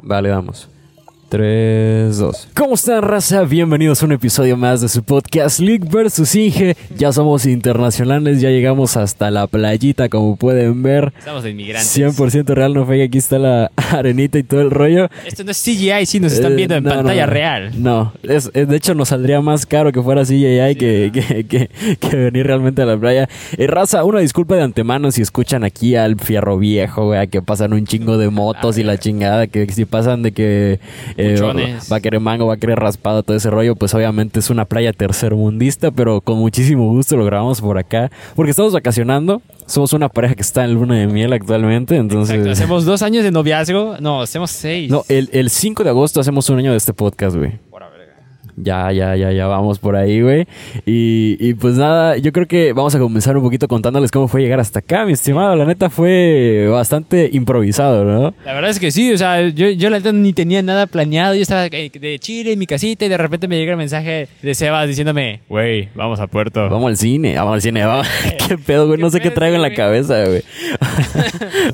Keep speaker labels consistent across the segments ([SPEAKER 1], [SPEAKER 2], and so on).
[SPEAKER 1] Vale, vamos. 3, 2. ¿Cómo están, raza? Bienvenidos a un episodio más de su podcast League vs. Inge. Ya somos internacionales, ya llegamos hasta la playita, como pueden ver.
[SPEAKER 2] Estamos de inmigrantes.
[SPEAKER 1] 100% real, no fake. Aquí está la arenita y todo el rollo.
[SPEAKER 2] Esto no es CGI, sí nos están
[SPEAKER 1] Eh,
[SPEAKER 2] viendo en
[SPEAKER 1] no, no,
[SPEAKER 2] pantalla
[SPEAKER 1] no.
[SPEAKER 2] real.
[SPEAKER 1] No, es- es- de hecho nos saldría más caro que fuera CGI que, que, que- que venir realmente a la playa. Eh, raza, una disculpa de antemano si escuchan aquí al fierro viejo, güey, que pasan un chingo de motos y la chingada, que si pasan de que eh,
[SPEAKER 2] Buchones.
[SPEAKER 1] va a querer mango, va a querer raspado, todo ese rollo, pues obviamente es una playa tercermundista, pero con muchísimo gusto lo grabamos por acá, porque estamos vacacionando, somos una pareja que está en luna de miel actualmente, entonces...
[SPEAKER 2] Exacto. Hacemos dos años de noviazgo. No, hacemos seis.
[SPEAKER 1] No, el, el 5 de agosto hacemos un año de este podcast, güey.
[SPEAKER 2] Por la verga.
[SPEAKER 1] Ya, ya, ya, ya vamos por ahí, güey. Y, y pues nada, yo creo que vamos a comenzar un poquito contándoles cómo fue llegar hasta acá, mi estimado. La neta fue bastante improvisado, ¿no?
[SPEAKER 2] La verdad es que sí, o sea, yo, yo la neta ni tenía nada planeado. Yo estaba eh, de Chile en mi casita y de repente me llega el mensaje de Sebas diciéndome, güey, vamos a Puerto.
[SPEAKER 1] Vamos al cine, vamos al cine, vamos. ¿Qué pedo, güey?
[SPEAKER 2] ¿Qué
[SPEAKER 1] No sé qué
[SPEAKER 2] pedo,
[SPEAKER 1] traigo en la
[SPEAKER 2] güey?
[SPEAKER 1] cabeza, güey.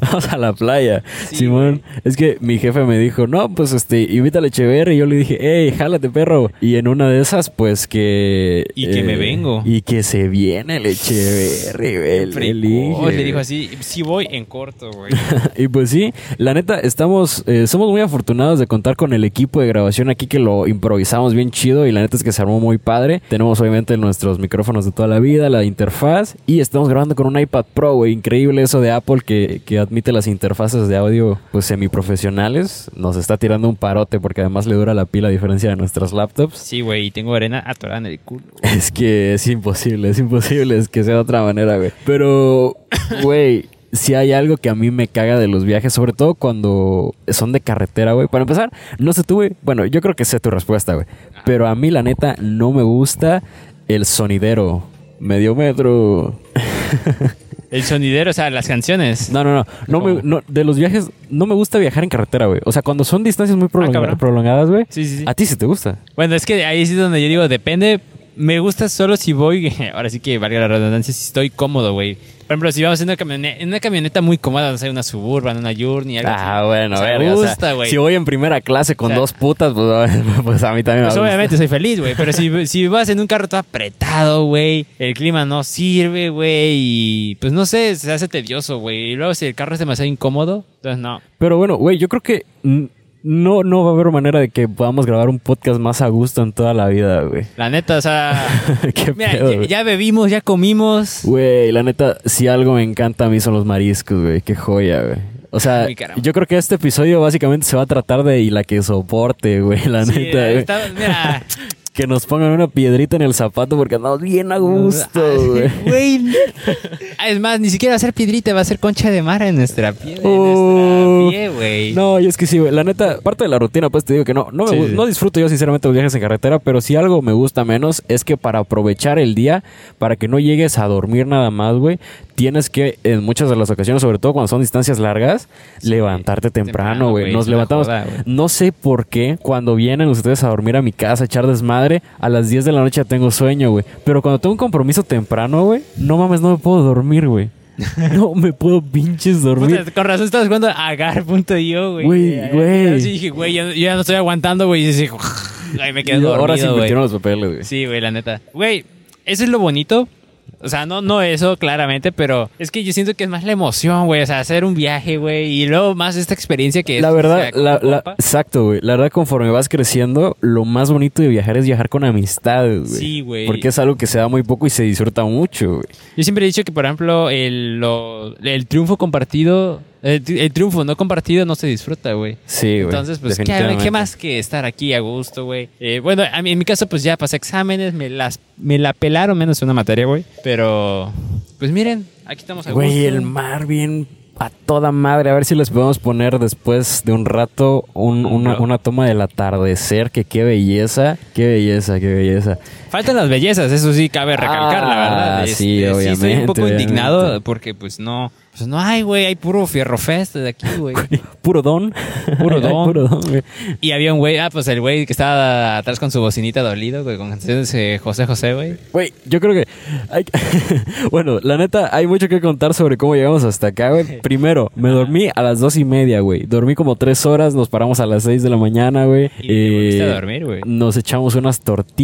[SPEAKER 1] vamos a la playa. Simón, es que mi jefe me dijo, no, pues este, invítale a Echeverri. Y yo le dije, hey, jálate, perro. Y en una de esas, pues que. eh,
[SPEAKER 2] Y que me vengo.
[SPEAKER 1] Y que se viene el Echeverri, güey. el- el Inge,
[SPEAKER 2] Frijol, le
[SPEAKER 1] güey.
[SPEAKER 2] dijo así, sí voy en corto, güey.
[SPEAKER 1] Y pues sí, la neta, estamos, eh, somos muy afortunados de contar con el equipo de grabación aquí que lo improvisamos bien chido y la neta es que se armó muy padre. Tenemos obviamente nuestros micrófonos de toda la vida, la interfaz y estamos grabando con un iPad Pro, güey. Increíble eso de Apple que, que admite las interfaces de audio pues semiprofesionales. Nos está tirando un parote porque además le dura la pila a diferencia de nuestras laptops.
[SPEAKER 2] Sí, güey, y tengo arena atorada en el culo.
[SPEAKER 1] Es que es imposible, es imposible, es que sea de otra manera, güey. Pero, güey, si hay algo que a mí me caga de los viajes, sobre todo cuando son de carretera, güey. Para empezar, no sé tú, güey. Bueno, yo creo que sé tu respuesta, güey. Pero a mí, la neta, no me gusta el sonidero. Medio metro.
[SPEAKER 2] El sonidero, o sea, las canciones.
[SPEAKER 1] No, no, no. no, me- no, de los viajes, no me gusta viajar en carretera, güey. O sea, cuando son distancias muy prolonga-
[SPEAKER 2] Ah, cabrón.
[SPEAKER 1] prolongadas, güey.
[SPEAKER 2] Sí, sí, sí.
[SPEAKER 1] A ti sí te gusta.
[SPEAKER 2] Bueno, es que ahí sí es donde yo digo, depende. Me gusta solo si voy, ahora sí que valga la redundancia, si estoy cómodo, güey. Por ejemplo, si vamos en una camioneta, en una camioneta muy cómoda, no sé, una Suburban, una Journey, algo
[SPEAKER 1] Ah,
[SPEAKER 2] así.
[SPEAKER 1] bueno,
[SPEAKER 2] O sea,
[SPEAKER 1] verga, o sea,
[SPEAKER 2] gusta, güey.
[SPEAKER 1] si voy en primera clase con
[SPEAKER 2] O sea,
[SPEAKER 1] dos putas, pues, pues a mí también me
[SPEAKER 2] Pues
[SPEAKER 1] gusta.
[SPEAKER 2] obviamente soy feliz, güey, pero si, si vas en un carro todo apretado, güey, el clima no sirve, güey, y pues no sé, se hace tedioso, güey. Y luego si el carro es demasiado incómodo, entonces no.
[SPEAKER 1] Pero bueno, güey, yo creo que mm, no, no va a haber manera de que podamos grabar un podcast más a gusto en toda la vida, güey.
[SPEAKER 2] La neta, o sea,
[SPEAKER 1] Qué
[SPEAKER 2] mira,
[SPEAKER 1] pedo,
[SPEAKER 2] ya,
[SPEAKER 1] güey. Uh,
[SPEAKER 2] ya bebimos, ya comimos.
[SPEAKER 1] Güey, la neta, si algo me encanta a mí son los mariscos, güey. Qué joya, güey. O sea,
[SPEAKER 2] Uy, caramba.
[SPEAKER 1] yo creo que este episodio básicamente se va a tratar de y la que soporte, güey, la
[SPEAKER 2] Sí, eh,
[SPEAKER 1] neta, güey.
[SPEAKER 2] está- mira,
[SPEAKER 1] Que nos pongan una piedrita en el zapato porque andamos bien a gusto, güey.
[SPEAKER 2] Güey. Ah, Es más, ni siquiera va a ser piedrita, va a ser concha de mar en nuestra piel.
[SPEAKER 1] Oh.
[SPEAKER 2] en nuestra piel, güey.
[SPEAKER 1] No, y es que sí, güey. La neta, parte de la rutina, pues te digo que no. No, me
[SPEAKER 2] Sí,
[SPEAKER 1] gu-
[SPEAKER 2] sí.
[SPEAKER 1] no disfruto yo, sinceramente, los viajes en carretera, pero si algo me gusta menos es que para aprovechar el día, para que no llegues a dormir nada más, güey, tienes que, en muchas de las ocasiones, sobre todo cuando son distancias largas, levantarte temprano,
[SPEAKER 2] temprano,
[SPEAKER 1] güey.
[SPEAKER 2] güey,
[SPEAKER 1] Nos
[SPEAKER 2] es una
[SPEAKER 1] levantamos.
[SPEAKER 2] joda, güey.
[SPEAKER 1] no sé por qué, cuando vienen ustedes a dormir a mi casa, a echar desmadre, a las 10 de la noche ya tengo sueño, güey. Pero cuando tengo un compromiso temprano, güey, no mames, no me puedo dormir, güey. No me puedo pinches dormir.
[SPEAKER 2] Puta, con razón estabas jugando a agar.io, güey.
[SPEAKER 1] Güey,
[SPEAKER 2] Eh,
[SPEAKER 1] güey.
[SPEAKER 2] sí dije, güey, yo, yo ya no estoy aguantando, güey. Y dije, ay, me quedé
[SPEAKER 1] Y
[SPEAKER 2] dormido,
[SPEAKER 1] ahora se
[SPEAKER 2] güey.
[SPEAKER 1] invirtieron los papeles, güey.
[SPEAKER 2] Sí, güey, la neta. Güey, eso es lo bonito. O sea, no, no eso, claramente, pero es que yo siento que es más la emoción, güey. O sea, hacer un viaje, güey. Y luego más esta experiencia que es.
[SPEAKER 1] La
[SPEAKER 2] o
[SPEAKER 1] verdad,
[SPEAKER 2] sea, como
[SPEAKER 1] la- la-
[SPEAKER 2] compa.
[SPEAKER 1] exacto, güey. La verdad, conforme vas creciendo, lo más bonito de viajar es viajar con amistades, güey.
[SPEAKER 2] Sí, güey.
[SPEAKER 1] Porque es algo que se da muy poco y se disfruta mucho, güey.
[SPEAKER 2] Yo siempre he dicho que, por ejemplo, el, lo- el triunfo compartido, el, tri- el triunfo no compartido no se disfruta, güey.
[SPEAKER 1] Sí, güey.
[SPEAKER 2] Entonces, pues, ¿qué,
[SPEAKER 1] definitivamente.
[SPEAKER 2] qué más que estar aquí a gusto, güey? Eh, bueno, a mí, en mi caso, pues ya pasé exámenes, me, las, me la pelaron menos una materia, güey. Pero, pues miren, aquí estamos a
[SPEAKER 1] Güey,
[SPEAKER 2] gusto.
[SPEAKER 1] el mar bien a toda madre. A ver si les podemos poner después de un rato un- una,
[SPEAKER 2] Bro.
[SPEAKER 1] una toma del atardecer. Que qué belleza, qué belleza, qué belleza.
[SPEAKER 2] Faltan las bellezas, eso sí cabe recalcar, la
[SPEAKER 1] Ah,
[SPEAKER 2] verdad.
[SPEAKER 1] sí,
[SPEAKER 2] estoy un poco
[SPEAKER 1] obviamente,
[SPEAKER 2] indignado
[SPEAKER 1] obviamente.
[SPEAKER 2] porque, pues, no, Pues no hay, güey, hay puro Fierro Fest de aquí, güey.
[SPEAKER 1] Puro don.
[SPEAKER 2] Puro don.
[SPEAKER 1] Puro don, güey.
[SPEAKER 2] Y había un güey, ah, pues el güey que estaba atrás con su bocinita dolido, güey, con canciones de José José, güey.
[SPEAKER 1] Güey, yo creo que. hay- bueno, la neta, hay mucho que contar sobre cómo llegamos hasta acá, güey. Primero, me dormí a las dos y media, güey. Dormí como tres horas, nos paramos a las seis de la mañana, güey. Eh,
[SPEAKER 2] Y te volviste a dormir, güey.
[SPEAKER 1] Nos echamos unas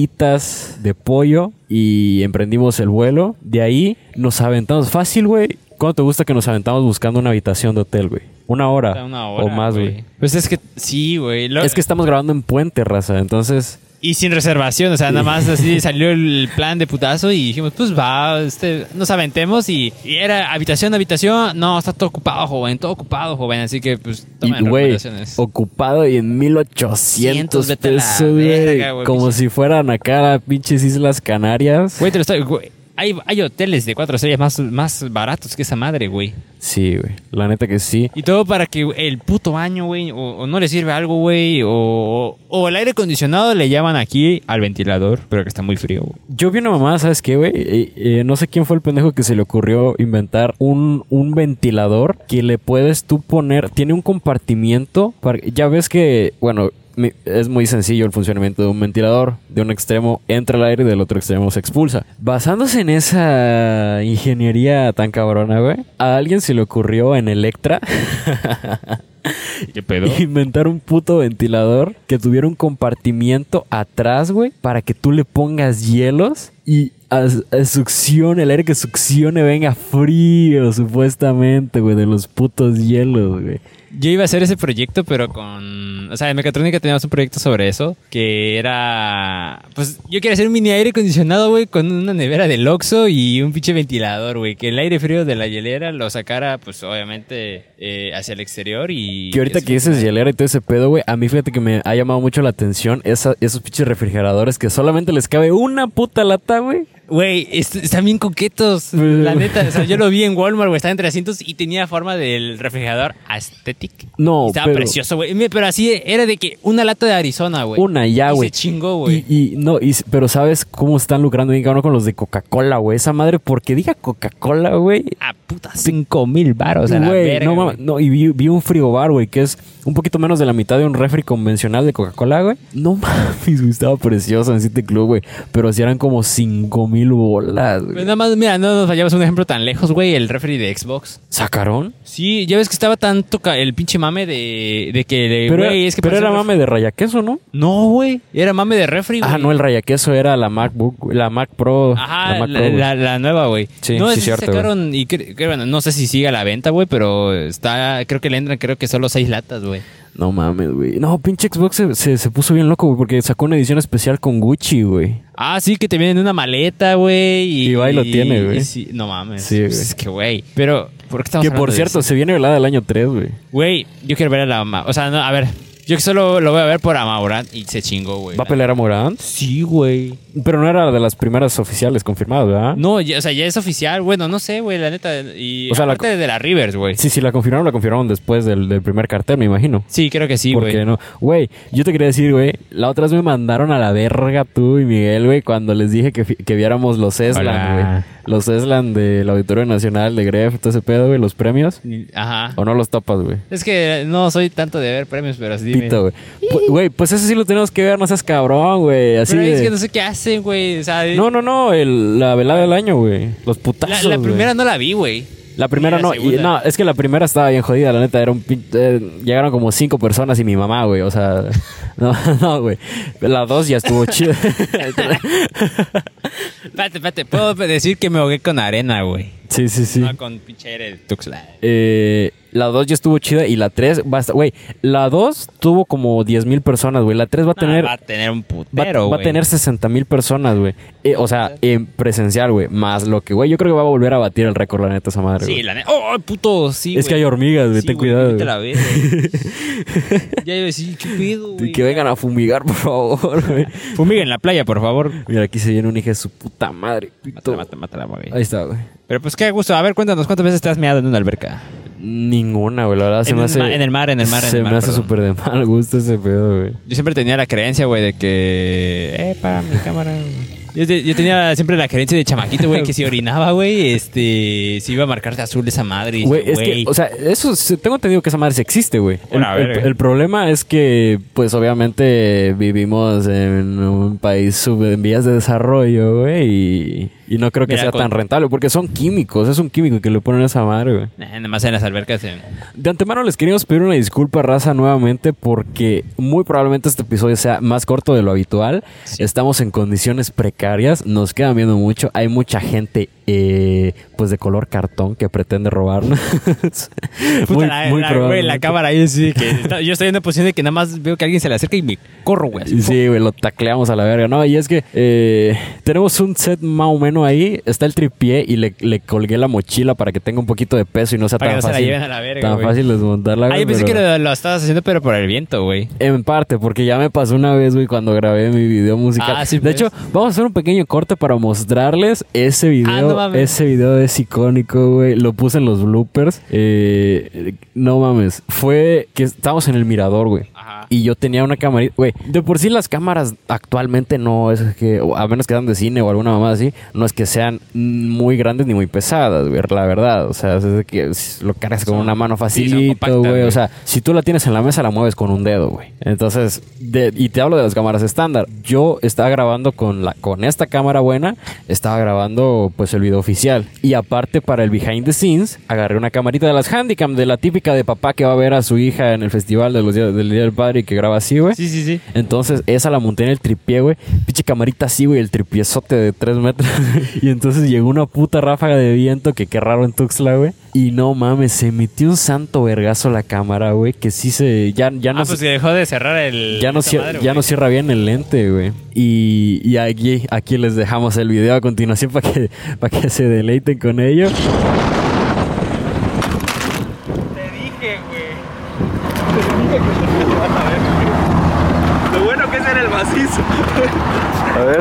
[SPEAKER 1] tortitas de pollo y emprendimos el vuelo. De ahí nos aventamos fácil, güey. ¿Cuánto te gusta que nos aventamos buscando una habitación de hotel, güey? Una hora.
[SPEAKER 2] Una hora.
[SPEAKER 1] O más, güey.
[SPEAKER 2] Pues es que, sí, güey. lo-
[SPEAKER 1] Es que estamos grabando en Puente, raza. Entonces,
[SPEAKER 2] Y sin reservación, o sea, nada más así salió el plan de putazo y dijimos, pues va, este, nos aventemos y, y era habitación, habitación. No, está todo ocupado, joven, todo ocupado, joven. Así que, pues,
[SPEAKER 1] Y,
[SPEAKER 2] tomen
[SPEAKER 1] güey,
[SPEAKER 2] recomendaciones.
[SPEAKER 1] ocupado y en 1800
[SPEAKER 2] Cientos, vete a la
[SPEAKER 1] pesos, güey.
[SPEAKER 2] verga, güey,
[SPEAKER 1] Como
[SPEAKER 2] pinche.
[SPEAKER 1] si fueran acá a pinches Islas Canarias.
[SPEAKER 2] Güey, te lo estoy- güey, Hay, hay hoteles de cuatro estrellas más, más baratos que esa madre, güey.
[SPEAKER 1] Sí, güey. La neta que sí.
[SPEAKER 2] Y todo para que el puto baño, güey, o, o no le sirve algo, güey, o, o el aire acondicionado le llaman aquí al ventilador, pero que está muy frío, güey.
[SPEAKER 1] Yo vi una mamada, ¿sabes qué, güey? Eh, eh, no sé quién fue el pendejo que se le ocurrió inventar un, un ventilador que le puedes tú poner. Tiene un compartimiento. para- ya ves que, bueno, mi- es muy sencillo el funcionamiento de un ventilador. De un extremo entra el aire y del otro extremo se expulsa. Basándose en esa ingeniería tan cabrona, güey, a alguien se le ocurrió en Electra
[SPEAKER 2] ¿Qué pedo?
[SPEAKER 1] inventar un puto ventilador que tuviera un compartimiento atrás, güey, para que tú le pongas hielos y as- as- succione, el aire que succione venga frío, supuestamente, güey, de los putos hielos, güey.
[SPEAKER 2] Yo iba a hacer ese proyecto, pero con... O sea, en mecatrónica teníamos un proyecto sobre eso, que era... Pues yo quería hacer un mini aire acondicionado, güey, con una nevera del Oxxo y un pinche ventilador, güey, que el aire frío de la hielera lo sacara, pues obviamente, eh, hacia el exterior y...
[SPEAKER 1] Que ahorita
[SPEAKER 2] eso-
[SPEAKER 1] que dices hielera y todo ese pedo, güey, a mí fíjate que me ha llamado mucho la atención esa- esos pinches refrigeradores que solamente les cabe una puta lata, güey.
[SPEAKER 2] Güey, est- están bien coquetos, la neta. O sea, yo lo vi en Walmart, güey, estaba en 300 y tenía forma del refrigerador Aesthetic.
[SPEAKER 1] No,
[SPEAKER 2] estaba
[SPEAKER 1] pero-
[SPEAKER 2] precioso, güey. Me- Pero así era de que una lata de Arizona, güey.
[SPEAKER 1] Una ya,
[SPEAKER 2] Y
[SPEAKER 1] güey.
[SPEAKER 2] Se chingó, güey.
[SPEAKER 1] Y, y- no, y, pero ¿sabes cómo están lucrando bien cabrón con los de Coca-Cola, güey? Esa madre, porque diga Coca-Cola, güey,
[SPEAKER 2] A puta, 5 mil baros a la
[SPEAKER 1] Güey,
[SPEAKER 2] verga,
[SPEAKER 1] no,
[SPEAKER 2] güey.
[SPEAKER 1] mames, no, y vi, vi un frigobar, güey, que es un poquito menos de la mitad de un refri convencional de Coca-Cola, güey. No mames, güey, estaba precioso en City Club, güey. Pero si eran como 5 mil bolas,
[SPEAKER 2] Pero
[SPEAKER 1] güey.
[SPEAKER 2] Pues nada más, mira, no nos vayamos a un ejemplo tan lejos, güey, el refri de Xbox.
[SPEAKER 1] ¿Sacaron?
[SPEAKER 2] Sí, ya ves que estaba tanto ca- el pinche mame de, de que, eh,
[SPEAKER 1] Pero,
[SPEAKER 2] güey, es que...
[SPEAKER 1] pero
[SPEAKER 2] para
[SPEAKER 1] era
[SPEAKER 2] hacer
[SPEAKER 1] mame de rayaqueso, ¿no?
[SPEAKER 2] ref- No, güey, era mame de refri, güey.
[SPEAKER 1] Ah, no, el rayaqueso era la MacBook, güey, la Mac Pro.
[SPEAKER 2] Ajá,
[SPEAKER 1] Mac
[SPEAKER 2] la,
[SPEAKER 1] Pro, güey.
[SPEAKER 2] la- la nueva, güey.
[SPEAKER 1] Sí,
[SPEAKER 2] no,
[SPEAKER 1] sí,
[SPEAKER 2] esa
[SPEAKER 1] cierto,
[SPEAKER 2] sacaron y cre- que, bueno, no sé si sigue a la venta, güey, pero está, creo que le entran, creo que solo seis latas, güey.
[SPEAKER 1] No mames, güey. No, pinche Xbox se, se- se puso bien loco, güey, porque sacó una edición especial con Gucci, güey.
[SPEAKER 2] Ah, sí, que te vienen en una maleta, güey. Y,
[SPEAKER 1] Y va y lo tiene, güey.
[SPEAKER 2] y sí, no mames.
[SPEAKER 1] Sí, güey.
[SPEAKER 2] Pues es que, güey. Pero, ¿por qué estamos
[SPEAKER 1] Que por
[SPEAKER 2] hablando de
[SPEAKER 1] cierto, se viene velada del año 3, güey.
[SPEAKER 2] eso? Güey, yo quiero ver a la mamá. O sea, no, a ver. Yo solo lo voy a ver por Amaurán y se chingó, güey.
[SPEAKER 1] ¿Va a pelear a Morant?
[SPEAKER 2] Sí, güey.
[SPEAKER 1] Pero no era de las primeras oficiales confirmadas, ¿verdad?
[SPEAKER 2] Ah. No, ya- o sea, ya es oficial. Bueno, no sé, güey, la neta. Y
[SPEAKER 1] O sea, la-
[SPEAKER 2] aparte de la Rivers, güey.
[SPEAKER 1] Eh, Sí, sí, la confirmaron, la confirmaron después del, del primer cartel, me imagino.
[SPEAKER 2] Sí, creo que sí,
[SPEAKER 1] Porque
[SPEAKER 2] güey.
[SPEAKER 1] no. Güey, yo te quería decir, güey, la otra vez me mandaron a la verga tú y Miguel, güey, cuando les dije que, fi- que viéramos los Eslan,
[SPEAKER 2] Hola.
[SPEAKER 1] güey. Los Eslan del Auditorio Nacional de Gref, todo ese pedo, güey, los premios.
[SPEAKER 2] Ajá.
[SPEAKER 1] ¿O no los topas, güey?
[SPEAKER 2] Es que no soy tanto de ver premios, pero sí. dime.
[SPEAKER 1] Pito, güey. Pu- Güey, pues eso sí lo tenemos que ver, no seas cabrón, güey. Así
[SPEAKER 2] Pero es
[SPEAKER 1] de-
[SPEAKER 2] que no sé qué hacen, güey. O sea,
[SPEAKER 1] No, no, no, el- la velada del año, güey. Los
[SPEAKER 2] la,
[SPEAKER 1] putazos,
[SPEAKER 2] la
[SPEAKER 1] güey.
[SPEAKER 2] primera no la vi, güey.
[SPEAKER 1] La primera
[SPEAKER 2] Ni la
[SPEAKER 1] no, y,
[SPEAKER 2] segunda.
[SPEAKER 1] no, es que la primera estaba bien jodida, la neta, era un pin- eh, llegaron como cinco personas y mi mamá, güey, o sea, no, no, güey. La dos ya estuvo chida.
[SPEAKER 2] Espérate, espérate. Puedo decir que me ahogué con arena, güey.
[SPEAKER 1] sí, sí, sí.
[SPEAKER 2] No con pinche aire de Tuxtla.
[SPEAKER 1] Eh, la dos ya estuvo chida y la tres, basta, güey, la dos tuvo como 10 mil personas, güey, la tres va a
[SPEAKER 2] No,
[SPEAKER 1] tener...
[SPEAKER 2] va a tener un
[SPEAKER 1] Va,
[SPEAKER 2] putero,
[SPEAKER 1] va a
[SPEAKER 2] güey.
[SPEAKER 1] tener 60 mil personas, güey. Eh, o sea, en presencial, güey. Más lo que, güey. Yo creo que va a volver a batir el récord, la neta, esa madre,
[SPEAKER 2] Sí,
[SPEAKER 1] güey.
[SPEAKER 2] la neta. ¡Oh, puto! Sí,
[SPEAKER 1] es que hay hormigas, güey. ten cuidado.
[SPEAKER 2] Te
[SPEAKER 1] güey.
[SPEAKER 2] la ves, güey. Ya iba a decir, ¿qué pedo, güey?
[SPEAKER 1] Que vengan a fumigar, por favor, güey.
[SPEAKER 2] Fumiga en la playa, por favor.
[SPEAKER 1] Mira, aquí se viene un hijo de su puta madre. pito.
[SPEAKER 2] Mátala, mátala, mátala, güey.
[SPEAKER 1] Ahí está, güey.
[SPEAKER 2] Pero pues qué gusto. A ver, cuéntanos, ¿cuántas veces te has meado en una alberca?
[SPEAKER 1] Ninguna, güey. La verdad se
[SPEAKER 2] En
[SPEAKER 1] me
[SPEAKER 2] el
[SPEAKER 1] hace.
[SPEAKER 2] ma- en el mar, en el mar, en
[SPEAKER 1] Se
[SPEAKER 2] el
[SPEAKER 1] me
[SPEAKER 2] mar,
[SPEAKER 1] hace
[SPEAKER 2] perdón.
[SPEAKER 1] súper de mal gusto ese pedo, güey.
[SPEAKER 2] Yo siempre tenía la creencia, güey, de que. Eh, para mi cámara. güey. Yo, te- yo tenía siempre la creencia de chamaquito, güey, que si orinaba, güey, este, se iba a marcar de azul esa madre. Y
[SPEAKER 1] Güey,
[SPEAKER 2] yo,
[SPEAKER 1] es que,
[SPEAKER 2] güey,
[SPEAKER 1] o sea, eso se- tengo entendido que esa madre sí existe, güey. El,
[SPEAKER 2] Una verga.
[SPEAKER 1] el- el problema es que, pues, obviamente vivimos en un país sub- en vías de desarrollo, güey, y, y no creo que
[SPEAKER 2] Mira,
[SPEAKER 1] sea
[SPEAKER 2] con-
[SPEAKER 1] tan rentable, porque son químicos, es un químico que le ponen a esa madre, güey.
[SPEAKER 2] nah, nada más en las albercas. eh.
[SPEAKER 1] De antemano les queríamos pedir una disculpa, raza, nuevamente, porque muy probablemente este episodio sea más corto de lo habitual.
[SPEAKER 2] Sí.
[SPEAKER 1] Estamos en condiciones precarias, nos quedan viendo mucho. Hay mucha gente, eh, pues, de color cartón que pretende robarnos.
[SPEAKER 2] Puta, la, la- güey, la cámara ahí sí. Que está- yo estoy en una posición de que nada más veo que alguien se le acerca y me corro, güey. así,
[SPEAKER 1] Sí, güey, lo tacleamos a la verga. No, y es que eh, tenemos un set más o menos ahí. Está el tripié y le, le colgué la mochila para que tenga un poquito de peso y no sea
[SPEAKER 2] Para que
[SPEAKER 1] tan
[SPEAKER 2] no se la
[SPEAKER 1] fácil.
[SPEAKER 2] lleven a la verga,
[SPEAKER 1] tan
[SPEAKER 2] güey.
[SPEAKER 1] fácil desmontarla.
[SPEAKER 2] Ah,
[SPEAKER 1] güey,
[SPEAKER 2] yo pensé
[SPEAKER 1] pero-
[SPEAKER 2] que lo, lo estabas haciendo, pero por el viento, güey.
[SPEAKER 1] En parte, porque ya me pasó una vez, güey, cuando grabé mi video musical.
[SPEAKER 2] Ah, sí,
[SPEAKER 1] de
[SPEAKER 2] pues.
[SPEAKER 1] hecho, vamos a hacer un pequeño corte para mostrarles ese video.
[SPEAKER 2] Ah, no mames.
[SPEAKER 1] ese video es icónico, güey. Lo puse en los bloopers. Eh, eh, no mames. Fue que estábamos en el mirador, güey.
[SPEAKER 2] Ajá.
[SPEAKER 1] Y yo tenía una camarita, güey. De por sí las cámaras actualmente no es que, o a menos que sean de cine o alguna mamá así, no es que sean muy grandes ni muy pesadas, güey, la verdad. O sea, es de que s- lo cargas con
[SPEAKER 2] Son-
[SPEAKER 1] una mano
[SPEAKER 2] sí, son
[SPEAKER 1] facilito,
[SPEAKER 2] compactas,
[SPEAKER 1] güey. O
[SPEAKER 2] güey.
[SPEAKER 1] sea, si tú la tienes en la mesa, la mueves con un dedo, güey. Entonces, de- y te hablo de las cámaras estándar. Yo estaba grabando con, la, con esta cámara buena, estaba grabando pues el video oficial. Y aparte para el behind the scenes, agarré una camarita de las handicam, de la típica de papá que va a ver a su hija en el festival de los días, del Día del Padre y que graba así, güey.
[SPEAKER 2] Sí, sí, sí.
[SPEAKER 1] Entonces, esa la monté en el tripié, güey. Pinche camarita así, güey, el tripiezote de tres metros. y entonces llegó una puta ráfaga de viento que qué raro en Tuxtla, güey. Y no mames, se metió un santo vergazo la cámara, güey, que sí se. Ya, ya no
[SPEAKER 2] ah,
[SPEAKER 1] se-
[SPEAKER 2] pues que dejó de cerrar el.
[SPEAKER 1] Ya no,
[SPEAKER 2] esa
[SPEAKER 1] cier-
[SPEAKER 2] madre,
[SPEAKER 1] ya
[SPEAKER 2] güey.
[SPEAKER 1] no cierra bien el lente, güey. Y, y aquí, aquí les dejamos el video a continuación para que, pa' que se deleiten con ello.
[SPEAKER 3] Te dije, güey. Te dije que te vas a ver, güey. Lo bueno que es en el macizo. A ver.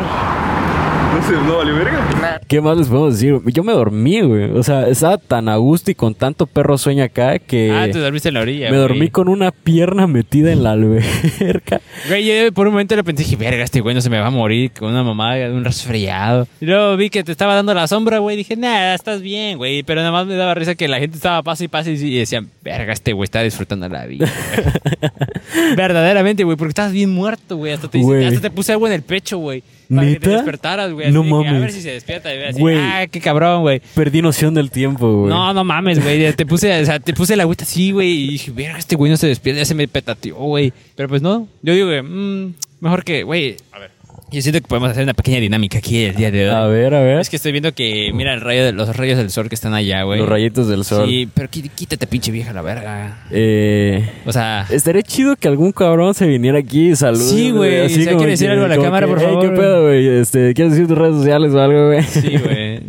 [SPEAKER 3] No sé, no vale verga.
[SPEAKER 1] ¿Qué más les podemos decir? Yo me dormí, güey. O sea, estaba tan a gusto y con tanto perro sueño acá que.
[SPEAKER 2] Ah, tú dormiste en la orilla.
[SPEAKER 1] Me
[SPEAKER 2] güey.
[SPEAKER 1] dormí con una pierna metida en la alberca.
[SPEAKER 2] Güey, yo por un momento le pensé, dije, verga, este güey no se me va a morir con una mamada de un resfriado. Y luego vi que te estaba dando la sombra, güey. Dije, nada, estás bien, güey. Pero nada más me daba risa que la gente estaba paso y paso y- y decían, verga, este güey está disfrutando la vida. güey". Verdaderamente, güey, porque estás bien muerto, güey. Hasta te, dice-
[SPEAKER 1] Güey.
[SPEAKER 2] hasta te puse algo en el pecho, güey. Para que te
[SPEAKER 1] ¿Neta?
[SPEAKER 2] despertaras, güey. Así
[SPEAKER 1] No
[SPEAKER 2] de que, A ver
[SPEAKER 1] mames.
[SPEAKER 2] si se despierta. Y ve así,
[SPEAKER 1] Güey.
[SPEAKER 2] ah, qué cabrón, güey.
[SPEAKER 1] Perdí noción del tiempo, güey.
[SPEAKER 2] No, no mames, güey. Te puse, o sea, te puse la agüita así, güey. Y dije, verga, este güey no se despierta, ya se me petateó, güey. Pero pues no. Yo digo, güey, mm, mejor que, güey. A ver. Yo siento que podemos hacer una pequeña dinámica aquí el día de hoy.
[SPEAKER 1] A ver, a ver.
[SPEAKER 2] Es que estoy viendo que, mira, el rayo de, los rayos del sol que están allá, güey.
[SPEAKER 1] Los rayitos del sol.
[SPEAKER 2] Sí, pero quí- quítate, pinche vieja, la verga.
[SPEAKER 1] Eh,
[SPEAKER 2] O sea,
[SPEAKER 1] estaría chido que algún cabrón se viniera aquí y salude.
[SPEAKER 2] Sí, güey.
[SPEAKER 1] así
[SPEAKER 2] O sea,
[SPEAKER 1] como
[SPEAKER 2] ¿quiere decir
[SPEAKER 1] que-
[SPEAKER 2] algo a la
[SPEAKER 1] como
[SPEAKER 2] cámara,
[SPEAKER 1] que,
[SPEAKER 2] por
[SPEAKER 1] "Ey,
[SPEAKER 2] favor,
[SPEAKER 1] ¿Qué
[SPEAKER 2] güey?"
[SPEAKER 1] pedo, güey? Este, ¿Quieres decir tus redes sociales o algo, güey?
[SPEAKER 2] sí, güey.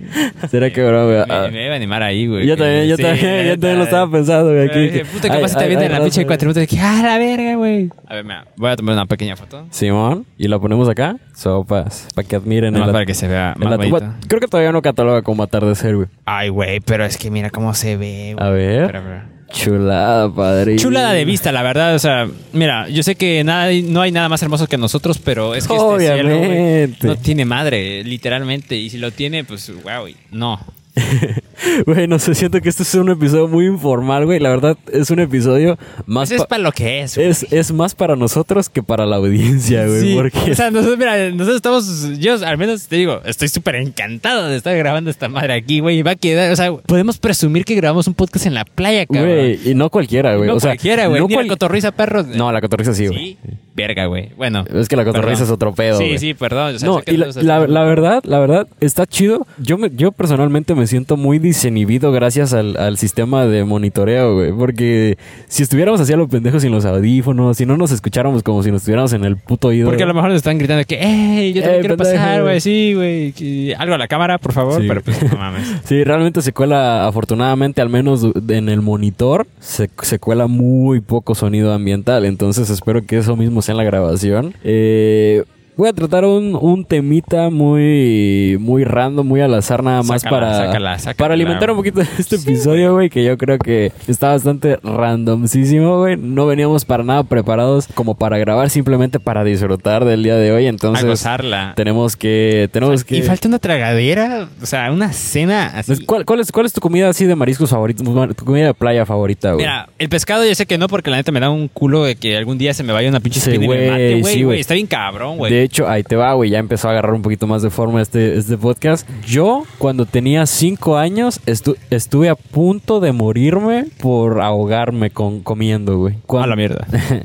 [SPEAKER 1] Será cabrón, güey. Ah,
[SPEAKER 2] Me, me iba a animar ahí, güey.
[SPEAKER 1] Yo
[SPEAKER 2] que-
[SPEAKER 1] también, yo
[SPEAKER 2] sí, la
[SPEAKER 1] también, yo
[SPEAKER 2] neta.
[SPEAKER 1] también lo estaba pensando, güey.
[SPEAKER 2] Pero
[SPEAKER 1] aquí,
[SPEAKER 2] dije,
[SPEAKER 1] que-
[SPEAKER 2] Puta, ¿qué
[SPEAKER 1] ay,
[SPEAKER 2] pasa? Te
[SPEAKER 1] ay,
[SPEAKER 2] viene
[SPEAKER 1] ay,
[SPEAKER 2] la
[SPEAKER 1] raza,
[SPEAKER 2] pinche de
[SPEAKER 1] güey.
[SPEAKER 2] cuatro minutos. Dije, ah, la verga, güey. A ver, mira, voy a tomar una pequeña foto.
[SPEAKER 1] Simón, y la ponemos acá. Sopas. Para que admiren
[SPEAKER 2] Nada más
[SPEAKER 1] el-
[SPEAKER 2] para que se vea
[SPEAKER 1] el
[SPEAKER 2] más
[SPEAKER 1] atu-
[SPEAKER 2] bonito.
[SPEAKER 1] Creo que todavía no cataloga como atardecer, güey.
[SPEAKER 2] Ay, güey, pero es que mira cómo se ve. güey.
[SPEAKER 1] A ver.
[SPEAKER 2] Espera, espera.
[SPEAKER 1] Chulada, padre.
[SPEAKER 2] Chulada de vista, la verdad. O sea, mira, yo sé que nada, no hay nada más hermoso que nosotros, pero es que este cielo, güey,
[SPEAKER 1] Obviamente.
[SPEAKER 2] no tiene madre, literalmente. Y si lo tiene, pues, wow, no.
[SPEAKER 1] Güey, no sé, siento que este es un episodio muy informal, güey. La verdad, es un episodio más...
[SPEAKER 2] Pues es
[SPEAKER 1] pa-
[SPEAKER 2] para lo que es. güey.
[SPEAKER 1] es, es más para nosotros que para la audiencia, güey.
[SPEAKER 2] Sí,
[SPEAKER 1] Porque
[SPEAKER 2] O sea, nosotros, mira, nosotros estamos, yo al menos te digo, estoy súper encantado de estar grabando esta madre aquí, güey. Va a quedar, o sea, podemos presumir que grabamos un podcast en la playa, cabrón.
[SPEAKER 1] Güey, y no cualquiera, güey.
[SPEAKER 2] no
[SPEAKER 1] o sea,
[SPEAKER 2] cualquiera, güey.
[SPEAKER 1] No,
[SPEAKER 2] No Ni
[SPEAKER 1] cual-
[SPEAKER 2] la cotorriza, perros.
[SPEAKER 1] no, la cotorriza sí, güey.
[SPEAKER 2] Sí, verga, güey. Bueno.
[SPEAKER 1] Es que la cotorriza
[SPEAKER 2] Perdón.
[SPEAKER 1] es otro pedo,
[SPEAKER 2] Sí,
[SPEAKER 1] güey.
[SPEAKER 2] sí, perdón. o sea,
[SPEAKER 1] no,
[SPEAKER 2] sé que
[SPEAKER 1] y la,
[SPEAKER 2] todos
[SPEAKER 1] la-
[SPEAKER 2] hacemos-
[SPEAKER 1] la verdad, la verdad, está chido. Yo me, yo personalmente me siento muy disinhibido gracias al, al sistema de monitoreo, güey. Porque si estuviéramos así a los pendejos sin los audífonos, si no nos escucháramos como si nos estuviéramos en el puto oído.
[SPEAKER 2] Porque a lo mejor nos están gritando que, ¡ey! Yo también
[SPEAKER 1] Ey,
[SPEAKER 2] quiero
[SPEAKER 1] pendejo,
[SPEAKER 2] pasar,
[SPEAKER 1] güey.
[SPEAKER 2] güey. Sí, güey. que- Algo a la cámara, por favor.
[SPEAKER 1] Sí.
[SPEAKER 2] Pero pues, no mames.
[SPEAKER 1] Sí, realmente se cuela, afortunadamente, al menos du- en el monitor, se, se cuela muy poco sonido ambiental. Entonces espero que eso mismo sea en la grabación. Eh, Voy a tratar un, un temita muy, muy random, muy al azar nada más
[SPEAKER 2] Sácala,
[SPEAKER 1] para,
[SPEAKER 2] sácala, sácala,
[SPEAKER 1] para alimentar un poquito este episodio, güey, que yo creo que está bastante randomcísimo, güey. No veníamos para nada preparados como para grabar, simplemente para disfrutar del día de hoy.
[SPEAKER 2] a
[SPEAKER 1] Entonces,
[SPEAKER 2] gozarla.
[SPEAKER 1] tenemos que... Tenemos que
[SPEAKER 2] Y falta una tragadera, o sea, una cena así.
[SPEAKER 1] Pues, ¿Cuál, cuál, es, ¿Cuál es tu comida así de mariscos favorita? Tu comida de playa favorita, güey.
[SPEAKER 2] Mira, el pescado yo sé que no, porque la neta me da un culo de que algún día se me vaya una pinche
[SPEAKER 1] Sí,
[SPEAKER 2] espina y me
[SPEAKER 1] güey,
[SPEAKER 2] mate,
[SPEAKER 1] sí,
[SPEAKER 2] güey, güey.
[SPEAKER 1] güey.
[SPEAKER 2] Está bien cabrón, güey.
[SPEAKER 1] De hecho, ahí te va, güey. Ya empezó a agarrar un poquito más de forma este, este podcast. Yo, cuando tenía cinco años, estu- estuve a punto de morirme por ahogarme con comiendo, güey.
[SPEAKER 2] A
[SPEAKER 1] Cuan-
[SPEAKER 2] la mierda.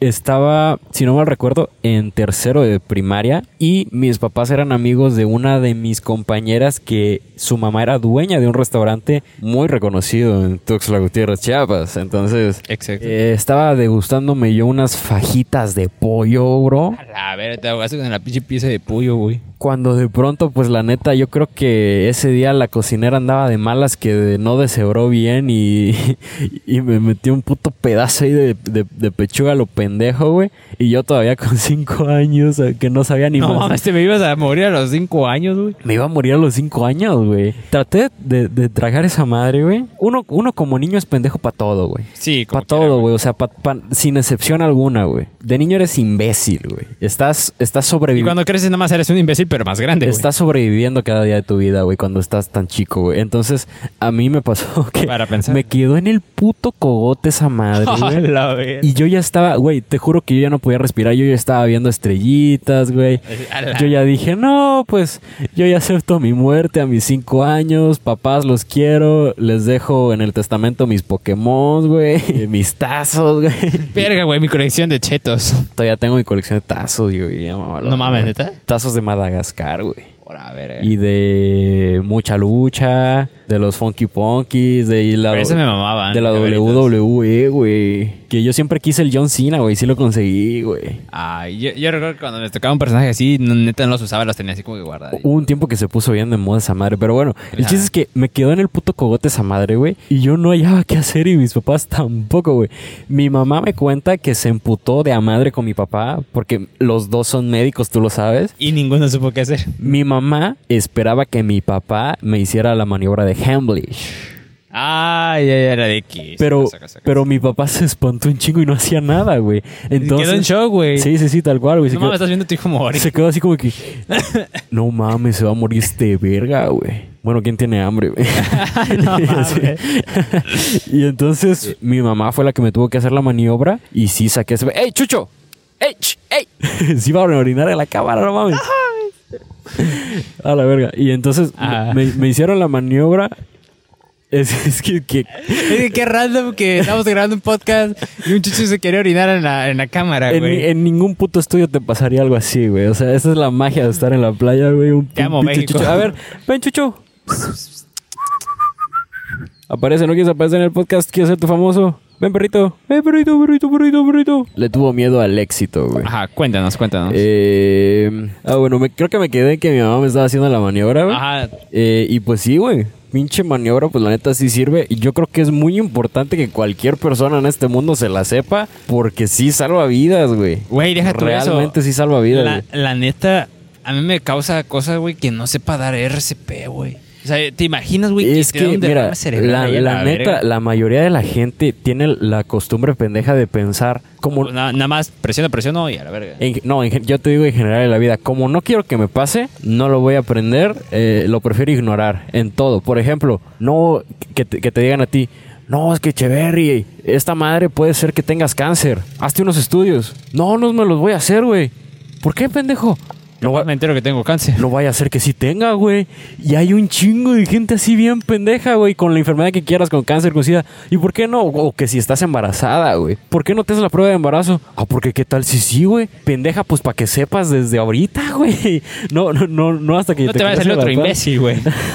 [SPEAKER 1] Estaba, si no mal recuerdo, en tercero de primaria y mis papás eran amigos de una de mis compañeras que su mamá era dueña de un restaurante muy reconocido en Tuxtla Gutiérrez, Chiapas. Entonces,
[SPEAKER 2] Exacto.
[SPEAKER 1] eh, estaba degustándome yo unas fajitas de pollo, bro.
[SPEAKER 2] A ver, te ahogaste con la pinche pieza de pollo, güey.
[SPEAKER 1] Cuando de pronto, pues la neta, yo creo que ese día la cocinera andaba de malas que de- no deshebró bien y, y me metió un puto pedazo ahí de, de- de pechuga a lo pendejo, güey. Y yo todavía con cinco años, eh, que no sabía ni
[SPEAKER 2] No
[SPEAKER 1] más.
[SPEAKER 2] mames, te me ibas a morir a los cinco años, güey.
[SPEAKER 1] Me iba a morir a los cinco años, güey. Traté de, de tragar esa madre, güey. Uno, uno como niño es pendejo para todo, güey.
[SPEAKER 2] Sí, como
[SPEAKER 1] Para todo, güey. O sea, pa- pa- sin excepción alguna, güey. De niño eres imbécil, güey. Estás, estás
[SPEAKER 2] Y
[SPEAKER 1] sobreviviendo.
[SPEAKER 2] cuando creces nada más eres un imbécil, pero más grande, güey.
[SPEAKER 1] Estás sobreviviendo cada día de tu vida, güey, cuando estás tan chico, güey. Entonces, a mí me pasó que
[SPEAKER 2] Para pensar.
[SPEAKER 1] me quedó en el puto cogote esa madre,
[SPEAKER 2] A
[SPEAKER 1] güey.
[SPEAKER 2] la verga.
[SPEAKER 1] Y yo ya estaba, güey, te juro que yo ya no podía respirar. Yo ya estaba viendo estrellitas, güey.
[SPEAKER 2] A la-
[SPEAKER 1] Yo ya dije, no, pues yo ya acepto mi muerte a mis cinco años. Papás, los quiero. Les dejo en el testamento mis Pokémon, güey. Mis tazos, güey.
[SPEAKER 2] Verga, güey, mi colección de chetos.
[SPEAKER 1] Todavía tengo mi colección de tazos, güey. ya, mamá,
[SPEAKER 2] No mames, ¿neta?
[SPEAKER 1] Tazos de Madagascar, güey.
[SPEAKER 2] Por a verga.
[SPEAKER 1] Y de mucha lucha, de los Funky Punkies, de la,
[SPEAKER 2] Pero ese me mamaban.
[SPEAKER 1] de la
[SPEAKER 2] Veritas.
[SPEAKER 1] WWE, güey. Que yo siempre quise el John Cena, güey. Sí lo conseguí, güey.
[SPEAKER 2] Ay, yo, yo recuerdo que cuando me tocaba un personaje así, no- neta no los usaba, los tenía así como que guardados.
[SPEAKER 1] Hubo un tiempo que se puso bien de moda esa madre. Pero bueno, el
[SPEAKER 2] Ajá.
[SPEAKER 1] chiste es que me quedó en el puto cogote esa madre, güey. Y yo no hallaba qué hacer y mis papás tampoco, güey. Mi mamá me cuenta que se emputó de a madre con mi papá porque los dos son médicos, tú lo sabes.
[SPEAKER 2] Y ninguno supo qué hacer.
[SPEAKER 1] Mi mamá esperaba que mi papá me hiciera la maniobra de Hamlish.
[SPEAKER 2] Ay, ya, ya era de X.
[SPEAKER 1] Pero,
[SPEAKER 2] Saca, saca,
[SPEAKER 1] pero mi papá se espantó un chingo y no hacía nada, güey.
[SPEAKER 2] saca.
[SPEAKER 1] Entonces,
[SPEAKER 2] quedó en shock, güey.
[SPEAKER 1] Sí, sí, sí, tal cual, güey. Se
[SPEAKER 2] No
[SPEAKER 1] quedó-
[SPEAKER 2] mames, estás viendo a tu hijo morir.
[SPEAKER 1] se quedó así como que. No mames, se va a morir este verga, güey. Bueno, ¿quién tiene hambre, güey?
[SPEAKER 2] No
[SPEAKER 1] Y
[SPEAKER 2] mames.
[SPEAKER 1] así- y entonces mi mamá fue la que me tuvo que hacer la maniobra y sí saqué ese. ¡Ey, chucho! ¡Ey! ch- ¡Ey! sí iba a orinar en la cámara, no mames. a la verga. Y entonces
[SPEAKER 2] Ah.
[SPEAKER 1] me, me hicieron la maniobra. Es, es que, que-
[SPEAKER 2] Es que qué random que estamos grabando un podcast y un chucho se quería orinar en la, en la cámara,
[SPEAKER 1] en,
[SPEAKER 2] güey.
[SPEAKER 1] en ningún puto estudio te pasaría algo así, güey. O sea, esa es la magia de estar en la playa, güey. Un,
[SPEAKER 2] Te
[SPEAKER 1] un
[SPEAKER 2] amo,
[SPEAKER 1] pinche
[SPEAKER 2] México.
[SPEAKER 1] chucho. A ver, ven, chucho. Aparece, no quieres aparecer en el podcast, quieres ser tu famoso. Ven, perrito. Ven, perrito, perrito, perrito, perrito. Le tuvo miedo al éxito, güey.
[SPEAKER 2] Ajá, cuéntanos, cuéntanos.
[SPEAKER 1] Eh, ah, bueno, me- creo que me quedé en que mi mamá me estaba haciendo la maniobra, güey.
[SPEAKER 2] Ajá.
[SPEAKER 1] Eh, y pues sí, güey. Pinche maniobra, pues la neta sí sirve. Y yo creo que es muy importante que cualquier persona en este mundo se la sepa. Porque sí salva vidas, güey.
[SPEAKER 2] Güey, deja tu eso.
[SPEAKER 1] Realmente sí salva vidas,
[SPEAKER 2] La,
[SPEAKER 1] güey.
[SPEAKER 2] la neta, a mí me causa cosas, güey, que no sepa dar RCP, güey. O sea, ¿te imaginas, güey?
[SPEAKER 1] Es
[SPEAKER 2] te
[SPEAKER 1] que,
[SPEAKER 2] da un derrame
[SPEAKER 1] mira,
[SPEAKER 2] cerebral
[SPEAKER 1] la,
[SPEAKER 2] ahí a
[SPEAKER 1] la neta,
[SPEAKER 2] verga?
[SPEAKER 1] la mayoría de la gente tiene la costumbre pendeja de pensar como...
[SPEAKER 2] Pues na- nada más presiona, presiona y a la verga.
[SPEAKER 1] en- no, en gen- yo te digo en general en la vida, como no quiero que me pase, no lo voy a aprender, eh, lo prefiero ignorar en todo. Por ejemplo, no que te, que te digan a ti, no, es que Cheverry, esta madre puede ser que tengas cáncer, hazte unos estudios. No, no me los voy a hacer, güey. ¿Por qué, pendejo? No, voy a-
[SPEAKER 2] me entero que tengo cáncer.
[SPEAKER 1] no vaya a ser que sí tenga, güey. Y hay un chingo de gente así bien pendeja, güey, con la enfermedad que quieras, con cáncer, con sida. ¿Y por qué no? O que si estás embarazada, güey. ¿Por qué no te haces la prueba de embarazo? Ah, porque qué tal si sí, güey. Pendeja, pues para que sepas desde ahorita, güey. No, no, no, no hasta que
[SPEAKER 2] No te va a
[SPEAKER 1] crezca
[SPEAKER 2] salir
[SPEAKER 1] la
[SPEAKER 2] otro
[SPEAKER 1] panza.
[SPEAKER 2] imbécil, güey.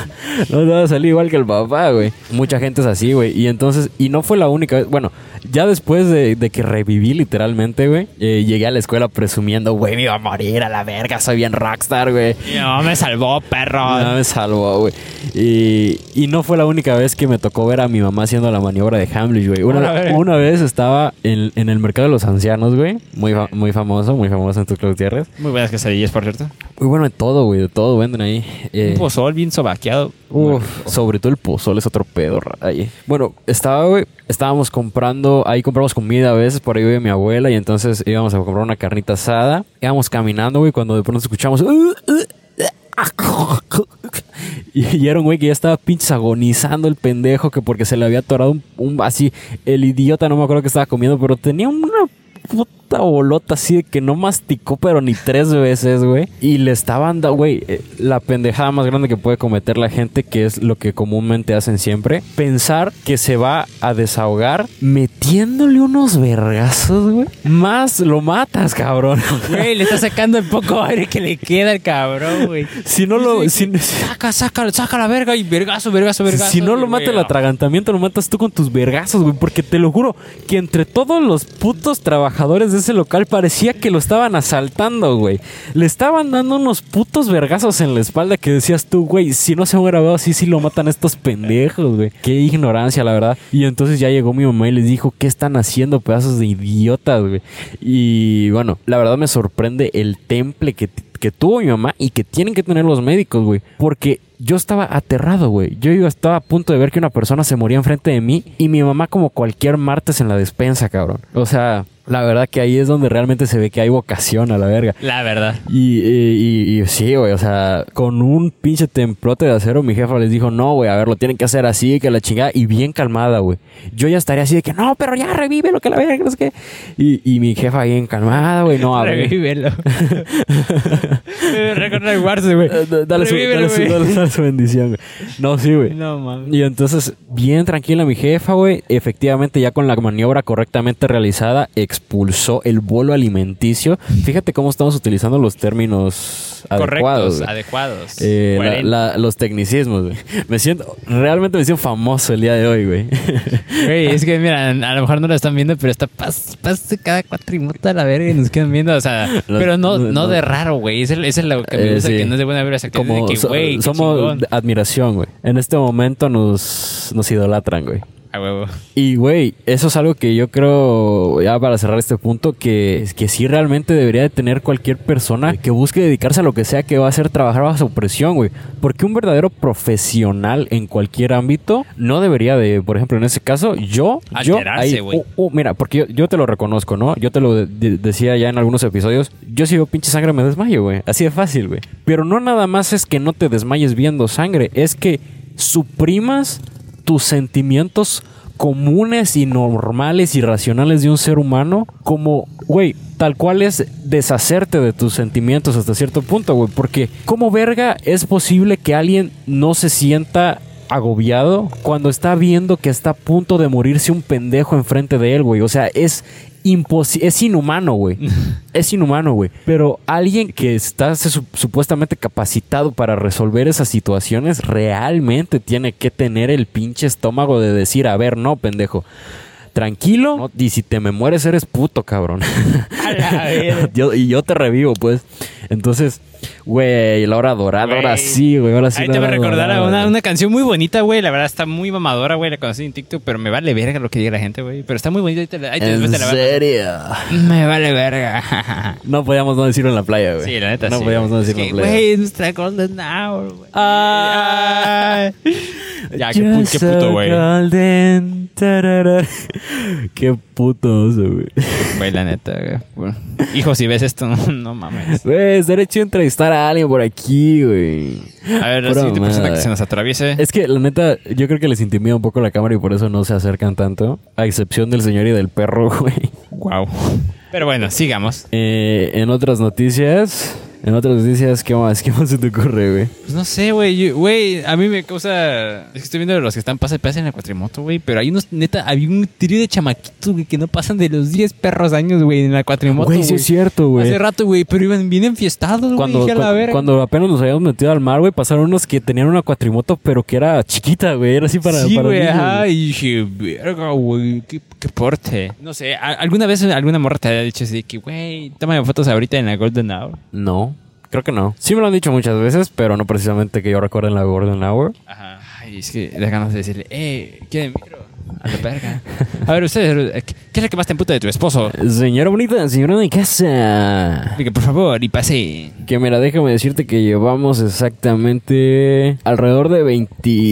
[SPEAKER 1] No te va a salir igual que el papá, güey. Mucha gente es así, güey. Y entonces, y no fue la única vez. Bueno, ya después de, de que reviví literalmente, güey, eh, llegué a la escuela presumiendo, güey, me iba a morir a la verga, soy soy bien rockstar, güey.
[SPEAKER 2] No, me salvó, perro.
[SPEAKER 1] No me salvó, güey. Y, y no fue la única vez que me tocó ver a mi mamá haciendo la maniobra de Hamlet, güey.
[SPEAKER 2] Ahora, a ver.
[SPEAKER 1] Una, una vez estaba en, en el mercado de los ancianos, güey. Muy, fa- muy famoso, muy famoso en tus Gutiérrez.
[SPEAKER 2] Muy buenas quesadillas, por cierto.
[SPEAKER 1] Muy bueno de todo, güey. De todo venden ahí. Eh,
[SPEAKER 2] Un pozol bien sobaqueado.
[SPEAKER 1] Uf, sobre todo el pozole es otro pedo. ra- ahí. Bueno, estaba, güey, estábamos comprando, ahí compramos comida a veces, por ahí vive mi abuela, y entonces íbamos a comprar una carnita asada. Íbamos caminando, güey, cuando de pronto escuchamos... "Uh, uh, uh", Y, y era un güey que ya estaba pinches agonizando el pendejo, que porque se le había atorado un, un- así, el idiota, no me acuerdo que estaba comiendo, pero tenía una puta bolota así de que no masticó, pero ni tres veces, güey. Y le estaban dando, güey, eh, la pendejada más grande que puede cometer la gente, que es lo que comúnmente hacen siempre, pensar que se va a desahogar metiéndole unos vergazos, güey. Más lo matas, cabrón.
[SPEAKER 2] Güey, le está sacando el poco aire que le queda al cabrón, güey.
[SPEAKER 1] Si no lo... Si,
[SPEAKER 2] Saca, saca, saca la verga y vergazo, vergazo, vergazo.
[SPEAKER 1] si no lo
[SPEAKER 2] güey,
[SPEAKER 1] mata el
[SPEAKER 2] güey.
[SPEAKER 1] atragantamiento, lo matas tú con tus vergazos, güey. Porque te lo juro que entre todos los putos trabajadores de ese local parecía que lo estaban asaltando, güey. Le estaban dando unos putos vergazos en la espalda que decías tú, güey, si no se han grabado así, sí lo matan estos pendejos, güey. Qué ignorancia, la verdad. Y entonces ya llegó mi mamá y les dijo, ¿qué están haciendo, pedazos de idiotas, güey? Y bueno, la verdad me sorprende el temple que, t- que tuvo mi mamá y que tienen que tener los médicos, güey. Porque yo estaba aterrado, güey. Yo iba- estaba a punto de ver que una persona se moría enfrente de mí y mi mamá como cualquier martes en la despensa, cabrón. O sea, la verdad que ahí es donde realmente se ve que hay vocación a la verga.
[SPEAKER 2] La verdad.
[SPEAKER 1] Y, y- y- y sí, güey, o sea, con un pinche templote de acero, mi jefa les dijo, no, güey, a ver, lo tienen que hacer así, que la chingada, y bien calmada, güey. Yo ya estaría así de que, no, pero ya revive lo que la verga, que no sé qué. Y, y mi jefa bien calmada, güey, no, a ver.
[SPEAKER 2] Revívelo. Eh, Recuerda el Warzone, güey.
[SPEAKER 1] Eh, da- Dale su,
[SPEAKER 2] Revívelo,
[SPEAKER 1] dale, su,
[SPEAKER 2] güey.
[SPEAKER 1] dale- dale su bendición, güey. No, sí, güey.
[SPEAKER 2] No, mames.
[SPEAKER 1] Y entonces, bien tranquila mi jefa, güey. Efectivamente, ya con la maniobra correctamente realizada, expulsó el bolo alimenticio. Fíjate cómo estamos utilizando los términos adecuados.
[SPEAKER 2] Correctos,
[SPEAKER 1] güey.
[SPEAKER 2] adecuados.
[SPEAKER 1] Eh, la-
[SPEAKER 2] Coherentes.
[SPEAKER 1] la- los tecnicismos, güey. Me siento, realmente me siento famoso el día de hoy, güey.
[SPEAKER 2] Güey, es que mira, a lo mejor no lo están viendo, pero está pas, pas de cada cuatrimuta a la verga y nos quedan viendo. O sea,
[SPEAKER 1] Lo-
[SPEAKER 2] pero no,
[SPEAKER 1] no-
[SPEAKER 2] no,
[SPEAKER 1] no.
[SPEAKER 2] de raro, güey. Esa es esa es lo que me
[SPEAKER 1] Eh,
[SPEAKER 2] gusta,
[SPEAKER 1] sí.
[SPEAKER 2] que no es de buena verga.
[SPEAKER 1] Como
[SPEAKER 2] Como de que,
[SPEAKER 1] so-
[SPEAKER 2] güey, qué
[SPEAKER 1] somos
[SPEAKER 2] chingón.
[SPEAKER 1] de admiración, güey. En este momento nos, nos idolatran, güey.
[SPEAKER 2] A huevo.
[SPEAKER 1] Y, güey, eso es algo que yo creo, ya para cerrar este punto, que, que sí realmente debería de tener cualquier persona que busque dedicarse a lo que sea que va a hacer trabajar bajo su presión, güey. Porque un verdadero profesional en cualquier ámbito no debería de, por ejemplo, en ese caso, yo... yo
[SPEAKER 2] Alterarse,
[SPEAKER 1] ahí-
[SPEAKER 2] güey.
[SPEAKER 1] oh, oh, mira, porque yo, yo te lo reconozco, ¿no? Yo te lo de- de- decía ya en algunos episodios. Yo si veo pinche sangre me desmayo, güey. Así de fácil, güey. Pero no nada más es que no te desmayes viendo sangre. Es que suprimas tus sentimientos comunes y normales y racionales de un ser humano como, güey, tal cual es deshacerte de tus sentimientos hasta cierto punto, güey. Porque, ¿cómo verga es posible que alguien no se sienta agobiado cuando está viendo que está a punto de morirse un pendejo enfrente de él, güey. O sea, es imposi- es inhumano, güey. es inhumano, güey. Pero alguien que está se su- supuestamente capacitado para resolver esas situaciones realmente tiene que tener el pinche estómago de decir, a ver, no, pendejo. Tranquilo, ¿no? y si te me mueres eres puto, cabrón.
[SPEAKER 2] A la verga.
[SPEAKER 1] Yo- y yo te revivo, pues. Entonces, güey, la hora dorada, ahora
[SPEAKER 2] Güey.
[SPEAKER 1] sí, güey, ahora sí.
[SPEAKER 2] Ahí
[SPEAKER 1] la
[SPEAKER 2] te va a
[SPEAKER 1] hora
[SPEAKER 2] recordar a
[SPEAKER 1] dorada,
[SPEAKER 2] una,
[SPEAKER 1] güey.
[SPEAKER 2] una canción muy bonita, güey. La verdad está muy mamadora, güey. La conocí en TikTok, pero me vale verga lo que diga la gente, güey. Pero está muy bonita. Ahí te, ahí te, después te la va-
[SPEAKER 1] serio?
[SPEAKER 2] Me vale verga.
[SPEAKER 1] No podíamos no decirlo en la playa, güey.
[SPEAKER 2] Sí, la neta
[SPEAKER 1] No
[SPEAKER 2] sí,
[SPEAKER 1] podíamos no
[SPEAKER 2] güey. Es
[SPEAKER 1] decirlo en
[SPEAKER 2] que,
[SPEAKER 1] la playa.
[SPEAKER 2] Güey, es nuestra golden hour, güey.
[SPEAKER 1] Ah.
[SPEAKER 2] ya, qué, pu- qué
[SPEAKER 1] You're
[SPEAKER 2] puto,
[SPEAKER 1] so
[SPEAKER 2] güey.
[SPEAKER 1] golden, tarara. Qué puto oso, güey.
[SPEAKER 2] Güey, la neta, güey. Bueno, Hijo, si ves esto, no, no mames.
[SPEAKER 1] Güey, estaría chido entrevistar a alguien por aquí, güey.
[SPEAKER 2] A ver, la
[SPEAKER 1] Pura
[SPEAKER 2] siguiente persona
[SPEAKER 1] mamada.
[SPEAKER 2] que se nos atraviese.
[SPEAKER 1] Es que, la neta, yo creo que les intimida un poco la cámara y por eso no se acercan tanto. A excepción del señor y del perro, güey.
[SPEAKER 2] Wow. Pero bueno, sigamos.
[SPEAKER 1] Eh, en otras noticias... En otras noticias, ¿qué más? ¿Qué más se te ocurre, güey?
[SPEAKER 2] Pues no sé, güey. Yo- Güey, a mí me causa. Es que estoy viendo los que están pasa y pasa en la cuatrimoto, güey. Pero hay unos, neta, había un trío de chamaquitos, güey, que no pasan de los 10 perros años, güey, en la cuatrimoto.
[SPEAKER 1] Güey, sí es cierto, güey.
[SPEAKER 2] Hace rato, güey, pero iban bien enfiestados, güey.
[SPEAKER 1] Cuando,
[SPEAKER 2] Dije, a la
[SPEAKER 1] cu-
[SPEAKER 2] verga.
[SPEAKER 1] cuando apenas nos habíamos metido al mar, güey, pasaron unos que tenían una cuatrimoto, pero que era chiquita, güey. Era así para.
[SPEAKER 2] sí,
[SPEAKER 1] para
[SPEAKER 2] güey,
[SPEAKER 1] niños,
[SPEAKER 2] ajá,
[SPEAKER 1] güey.
[SPEAKER 2] y dije, verga, güey, qué, qué porte. No sé, ¿a- ¿alguna vez alguna morra te ha dicho así de que, güey, toma fotos ahorita en la Golden Hour?
[SPEAKER 1] No. Creo que no. Sí me lo han dicho muchas veces, pero no precisamente que yo recuerde en la Golden Hour.
[SPEAKER 2] Ajá. Ay, es que le ganas de decirle, eh, ¿quiere micro? A la verga. A ver, usted, eh, ¿qué qué es lo que más te emputa de tu esposo?
[SPEAKER 1] Señora bonita, señora de casa.
[SPEAKER 2] Diga, por favor, y pase.
[SPEAKER 1] Que mira, déjame decirte que llevamos exactamente alrededor de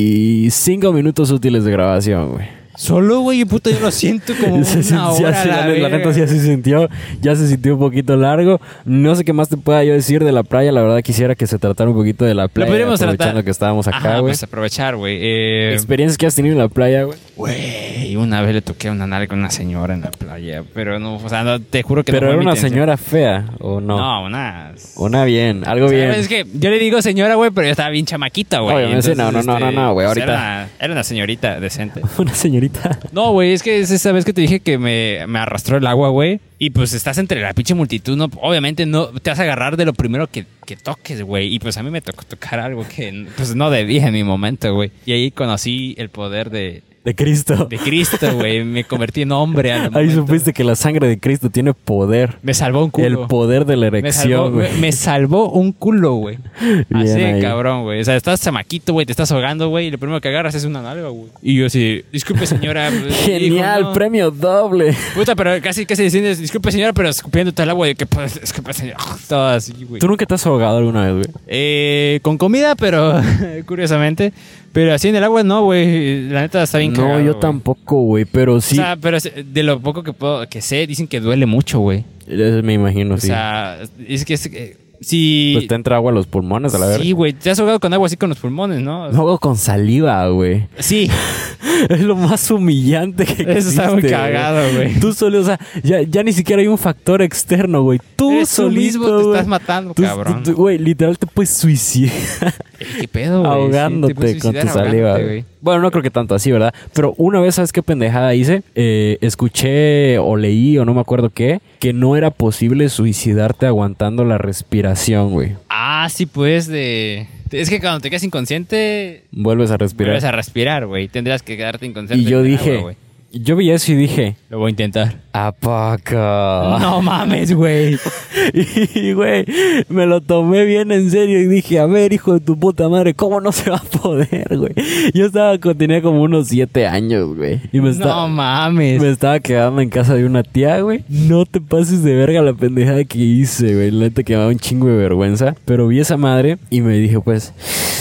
[SPEAKER 1] 25 minutos útiles de grabación, güey.
[SPEAKER 2] Solo, güey, puta, yo lo siento como
[SPEAKER 1] Se sent-
[SPEAKER 2] una
[SPEAKER 1] ya
[SPEAKER 2] hora.
[SPEAKER 1] se-
[SPEAKER 2] la
[SPEAKER 1] la, neta- la
[SPEAKER 2] verga.
[SPEAKER 1] neta sí se sintió, ya se sintió un poquito largo. No sé qué más te pueda yo decir de la playa. La verdad quisiera que se tratara un poquito de la playa.
[SPEAKER 2] podríamos
[SPEAKER 1] aprovechando
[SPEAKER 2] tratar.
[SPEAKER 1] que estábamos acá,
[SPEAKER 2] Ajá,
[SPEAKER 1] güey.
[SPEAKER 2] pues aprovechar, güey. Eh,
[SPEAKER 1] Experiencias que has tenido en la playa, güey.
[SPEAKER 2] Güey, una vez le toqué una nalga a una señora en la playa, pero no, o sea, no, te juro que no
[SPEAKER 1] Pero
[SPEAKER 2] fue
[SPEAKER 1] era
[SPEAKER 2] mi
[SPEAKER 1] una
[SPEAKER 2] intención.
[SPEAKER 1] señora fea, ¿o no?
[SPEAKER 2] No, una...
[SPEAKER 1] Una bien, algo
[SPEAKER 2] O sea,
[SPEAKER 1] bien.
[SPEAKER 2] Es que yo le digo señora, güey, pero yo estaba bien chamaquita, güey.
[SPEAKER 1] Obviamente, sí, no, no, no, no, no, güey,
[SPEAKER 2] pues,
[SPEAKER 1] ahorita.
[SPEAKER 2] Era una, era una señorita decente.
[SPEAKER 1] Una señorita.
[SPEAKER 2] No, güey, es que es esa vez que te dije que me, me arrastró el agua, güey. Y pues estás entre la pinche multitud, no, obviamente no te vas a agarrar de lo primero que, que toques, güey. Y pues a mí me tocó tocar algo que pues no debía en mi momento, güey. Y ahí conocí el poder de,
[SPEAKER 1] De Cristo.
[SPEAKER 2] de Cristo, güey. Me convertí en hombre. Al
[SPEAKER 1] Ahí
[SPEAKER 2] momento.
[SPEAKER 1] supiste que la sangre de Cristo tiene poder.
[SPEAKER 2] Me salvó un culo.
[SPEAKER 1] El poder de la
[SPEAKER 2] me salvó,
[SPEAKER 1] erección,
[SPEAKER 2] me,
[SPEAKER 1] güey.
[SPEAKER 2] me salvó un culo, güey.
[SPEAKER 1] Bien
[SPEAKER 2] Así de
[SPEAKER 1] ahí.
[SPEAKER 2] cabrón, güey. O sea, estás chamaquito, güey, te estás ahogando, güey, y lo primero que agarras es una nalga, güey. Y yo así, disculpe, señora. Y dijo,
[SPEAKER 1] Genial,
[SPEAKER 2] "No".
[SPEAKER 1] premio doble.
[SPEAKER 2] Puta, pero casi, casi diciendo, disculpe, señora, pero escupiéndote el agua, y que pues, disculpe, señora. Todo así, güey.
[SPEAKER 1] ¿Tú nunca te has ahogado alguna vez, güey?
[SPEAKER 2] Eh, con comida, pero curiosamente. Pero así en el agua no, güey. La neta está bien
[SPEAKER 1] No,
[SPEAKER 2] cagado,
[SPEAKER 1] yo
[SPEAKER 2] güey.
[SPEAKER 1] tampoco, güey, pero
[SPEAKER 2] O
[SPEAKER 1] sí.
[SPEAKER 2] sea, pero se- de lo poco que puedo, que sé, dicen que duele mucho, güey.
[SPEAKER 1] eh, me imagino,
[SPEAKER 2] O
[SPEAKER 1] sí.
[SPEAKER 2] sea, es que es, que- si...
[SPEAKER 1] pues te entra agua a los pulmones, a la
[SPEAKER 2] Sí,
[SPEAKER 1] verga.
[SPEAKER 2] güey. Te has ahogado con agua así con los pulmones, ¿no?
[SPEAKER 1] Me ahogo con saliva, güey.
[SPEAKER 2] Sí.
[SPEAKER 1] Es lo más humillante que existe.
[SPEAKER 2] Eso está muy
[SPEAKER 1] güey.
[SPEAKER 2] cagado, güey.
[SPEAKER 1] Tú solo, o sea, ya, ya ni siquiera hay un factor externo, güey. Tú
[SPEAKER 2] Eres tú
[SPEAKER 1] solito,
[SPEAKER 2] mismo te
[SPEAKER 1] güey.
[SPEAKER 2] estás matando,
[SPEAKER 1] Tú-
[SPEAKER 2] cabrón.
[SPEAKER 1] tú- tú- Güey, literal te puedes suicidar.
[SPEAKER 2] Ey, ¿Qué pedo, güey? Sí, te
[SPEAKER 1] ahogándote
[SPEAKER 2] puedes
[SPEAKER 1] con tu
[SPEAKER 2] suicidar
[SPEAKER 1] saliva.
[SPEAKER 2] ahogándote,
[SPEAKER 1] güey. Bueno, no creo que tanto así, ¿verdad? Pero una vez, ¿sabes qué pendejada hice? Eh, escuché o leí o no me acuerdo qué, que no era posible suicidarte aguantando la respiración, güey.
[SPEAKER 2] Ah, sí, pues, de... Es que cuando te quedas inconsciente,
[SPEAKER 1] Vuelves a respirar.
[SPEAKER 2] vuelves a respirar, güey. Tendrías que quedarte inconsciente.
[SPEAKER 1] y yo
[SPEAKER 2] en el
[SPEAKER 1] dije,
[SPEAKER 2] agua, güey.
[SPEAKER 1] yo vi eso y dije,
[SPEAKER 2] Lo voy a intentar.
[SPEAKER 1] ¿a poco?
[SPEAKER 2] No mames, güey.
[SPEAKER 1] Y, güey, me lo tomé bien en serio y dije, a ver, hijo de tu puta madre, ¿cómo no se va a poder, güey? Yo estaba, con- tenía como unos siete años, güey. Y me,
[SPEAKER 2] No
[SPEAKER 1] estaba
[SPEAKER 2] mames.
[SPEAKER 1] me estaba quedando en casa de una tía, güey. No te pases de verga la pendejada que hice, güey. La neta que me daba un chingo de vergüenza. Pero vi esa madre y me dije, pues...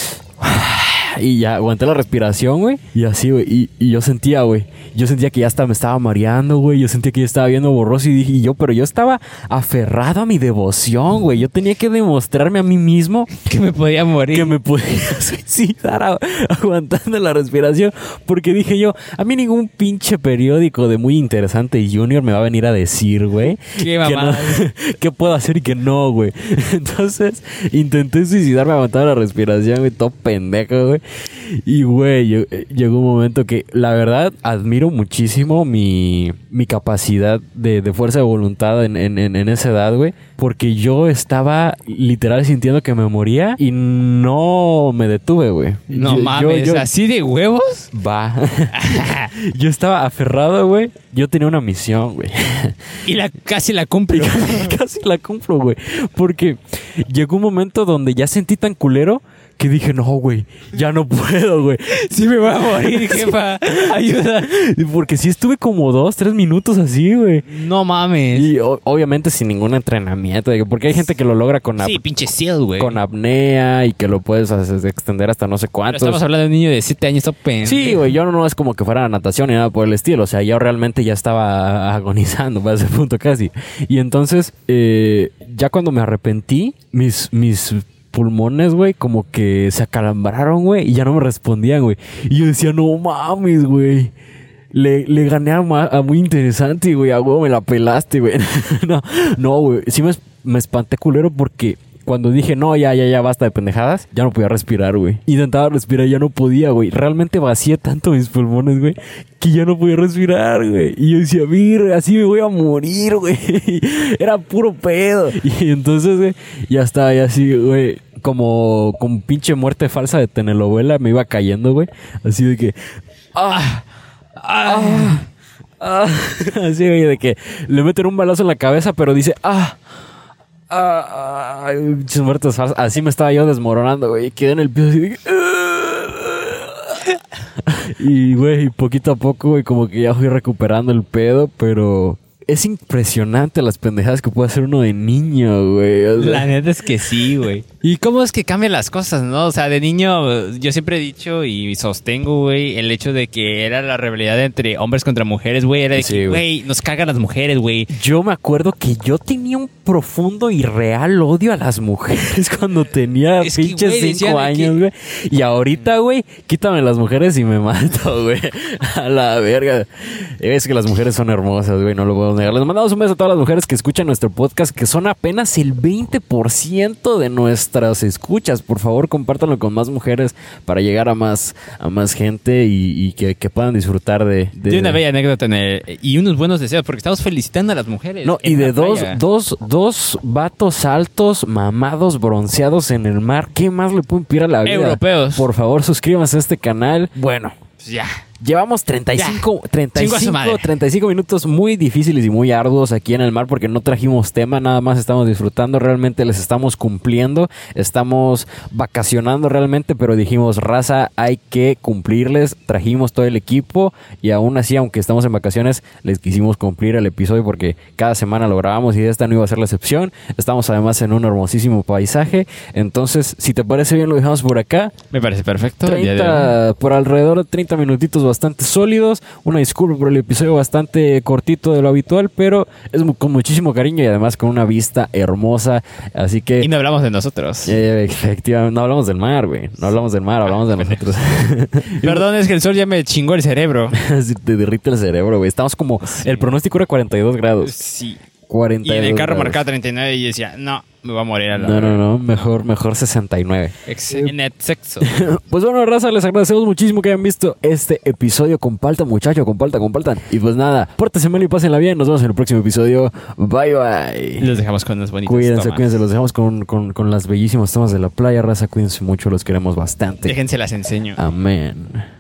[SPEAKER 1] Y ya aguanté la respiración, güey. Y así, güey. Y, y yo sentía, güey. Yo sentía que ya hasta me estaba mareando, güey. Yo sentía que ya estaba viendo borroso. Y dije, y yo, pero yo estaba aferrado a mi devoción, güey. Yo tenía que demostrarme a mí mismo
[SPEAKER 2] Que me podía morir.
[SPEAKER 1] que me podía suicidar a- aguantando la respiración. Porque dije yo, a mí ningún pinche periódico de muy interesante Junior me va a venir a decir, güey.
[SPEAKER 2] Qué
[SPEAKER 1] que
[SPEAKER 2] mamada.
[SPEAKER 1] no- que puedo hacer y que no, güey? Entonces, intenté suicidarme aguantando la respiración, güey, todo pendejo, güey. Y, güey, yo- eh, llegó un momento que, la verdad, admiro muchísimo mi, mi capacidad de, de fuerza de voluntad en, en- en- en esa edad, güey. Porque yo estaba literal sintiendo que me moría y no me detuve, güey.
[SPEAKER 2] No
[SPEAKER 1] Yo- yo-
[SPEAKER 2] mames.
[SPEAKER 1] yo-
[SPEAKER 2] ¿Así de huevos?
[SPEAKER 1] Va. yo estaba aferrado, güey. Yo tenía una misión, güey.
[SPEAKER 2] Y la, casi la cumplo.
[SPEAKER 1] Casi la compro, güey. Porque llegó un momento donde ya sentí tan culero que dije, no, güey, ya no puedo, güey.
[SPEAKER 2] sí me voy a morir, jefa. Ayuda.
[SPEAKER 1] Porque sí estuve como dos, tres minutos así, güey.
[SPEAKER 2] No mames.
[SPEAKER 1] Y o- obviamente sin ningún entrenamiento, digo, porque hay gente que lo logra con, ap-
[SPEAKER 2] Sí, pinche seal, güey.
[SPEAKER 1] con apnea y que lo puedes hacer- extender hasta no sé
[SPEAKER 2] Pero
[SPEAKER 1] cuántos.
[SPEAKER 2] estamos hablando de un niño de 7 años, está pendejo.
[SPEAKER 1] Sí, güey, yo no es como que fuera a natación ni nada por el estilo. O sea, yo realmente ya estaba agonizando para ese punto casi. Y entonces, eh, ya cuando me arrepentí, mis, mis pulmones, güey, como que se acalambraron, güey, y ya no me respondían, güey. Y yo decía, no mames, güey. Le, le gané a, ma- a muy interesante, güey. A huevo me la pelaste, güey. no, no, güey. Sí me, es- me espanté culero porque cuando dije, no, ya, ya, ya, basta de pendejadas, ya no podía respirar, güey. Intentaba respirar, ya no podía, güey. Realmente vacié tanto mis pulmones, güey, que ya no podía respirar, güey. Y yo decía, mira, así me voy a morir, güey. Era puro pedo. Y entonces, güey, ya estaba ya así, güey. Como con pinche muerte falsa de telenovela me iba cayendo, güey. Así de que, ah, ah, ah. Así, güey, de que le meten un balazo en la cabeza, pero dice, ah, ah, ah, pinches muertes falsas. Así me estaba yo desmoronando, güey. Quedé en el piso así. de que, "Ah". Y, güey, poquito a poco, güey, como que ya fui recuperando el pedo, pero es impresionante las pendejadas que puede hacer uno de niño, güey. O sea,
[SPEAKER 2] La neta es que sí, güey. ¿Y cómo es que cambian las cosas, no? O sea, de niño yo siempre he dicho y sostengo, güey, el hecho de que era la rivalidad entre hombres contra mujeres, güey. Era de
[SPEAKER 1] Sí,
[SPEAKER 2] que,
[SPEAKER 1] güey.
[SPEAKER 2] güey, nos cagan las mujeres, güey.
[SPEAKER 1] Yo me acuerdo que yo tenía un profundo y real odio a las mujeres cuando tenía
[SPEAKER 2] Es que,
[SPEAKER 1] pinches
[SPEAKER 2] güey, decía
[SPEAKER 1] cinco
[SPEAKER 2] de que-
[SPEAKER 1] años, güey. Y ahorita, güey, quítame las mujeres y me mato, güey. A la verga. Es que las mujeres son hermosas, güey, no lo puedo negar. Les mandamos un beso a todas las mujeres que escuchan nuestro podcast, que son apenas el 20% de nuestras escuchas. Por favor, compártanlo con más mujeres para llegar a más, a más gente y, y que, que puedan disfrutar de... de-
[SPEAKER 2] De una bella anécdota en el- y unos buenos deseos, porque estamos felicitando a las mujeres.
[SPEAKER 1] No, y
[SPEAKER 2] en
[SPEAKER 1] de
[SPEAKER 2] la
[SPEAKER 1] dos,
[SPEAKER 2] playa.
[SPEAKER 1] dos, dos vatos altos, mamados, bronceados en el mar. ¿Qué más le pueden pedir a la vida?
[SPEAKER 2] Europeos.
[SPEAKER 1] Por favor, suscríbanse a este canal. Bueno,
[SPEAKER 2] Pues Ya.
[SPEAKER 1] llevamos 35,
[SPEAKER 2] Chingo a su
[SPEAKER 1] 35,
[SPEAKER 2] madre.
[SPEAKER 1] 35 minutos muy difíciles y muy arduos aquí en el mar porque no trajimos tema, nada más estamos disfrutando, realmente les estamos cumpliendo, estamos vacacionando realmente, pero dijimos, raza, hay que cumplirles, trajimos todo el equipo y aún así, aunque estamos en vacaciones, les quisimos cumplir el episodio porque cada semana lo grabamos y esta no iba a ser la excepción. Estamos además en un hermosísimo paisaje, entonces, si te parece bien, lo dejamos por acá.
[SPEAKER 2] Me parece perfecto. el día de hoy.
[SPEAKER 1] 30, por alrededor de 30 minutitos bastante sólidos. Una disculpa por el episodio bastante cortito de lo habitual, pero es mu- con muchísimo cariño y además con una vista hermosa. Así que...
[SPEAKER 2] Y no hablamos de nosotros.
[SPEAKER 1] eh, efectivamente, no hablamos del mar, güey. No hablamos del mar, hablamos de
[SPEAKER 2] Ah,
[SPEAKER 1] nosotros.
[SPEAKER 2] Perdón, es que el sol ya me chingó el cerebro.
[SPEAKER 1] Se Te derrite el cerebro, güey. Estamos como... El pronóstico era 42 grados.
[SPEAKER 2] Sí.
[SPEAKER 1] 42
[SPEAKER 2] Y en el carro
[SPEAKER 1] grados.
[SPEAKER 2] marcaba 39 y yo decía, no, me voy a morir a la
[SPEAKER 1] No, no, no. Mejor, mejor 69.
[SPEAKER 2] Ex- en el sexo.
[SPEAKER 1] Pues bueno, raza, les agradecemos muchísimo que hayan visto este episodio. Compartan, muchachos, compartan, compartan. Y pues nada, pórtense mal y pásenla bien. Nos vemos en el próximo episodio. Bye, bye.
[SPEAKER 2] Los dejamos con unas bonitas
[SPEAKER 1] Cuídense,
[SPEAKER 2] tomas.
[SPEAKER 1] cuídense. Los dejamos con, con- con las bellísimas tomas de la playa, raza. Cuídense mucho, los queremos bastante.
[SPEAKER 2] Déjense las enseño.
[SPEAKER 1] Amén.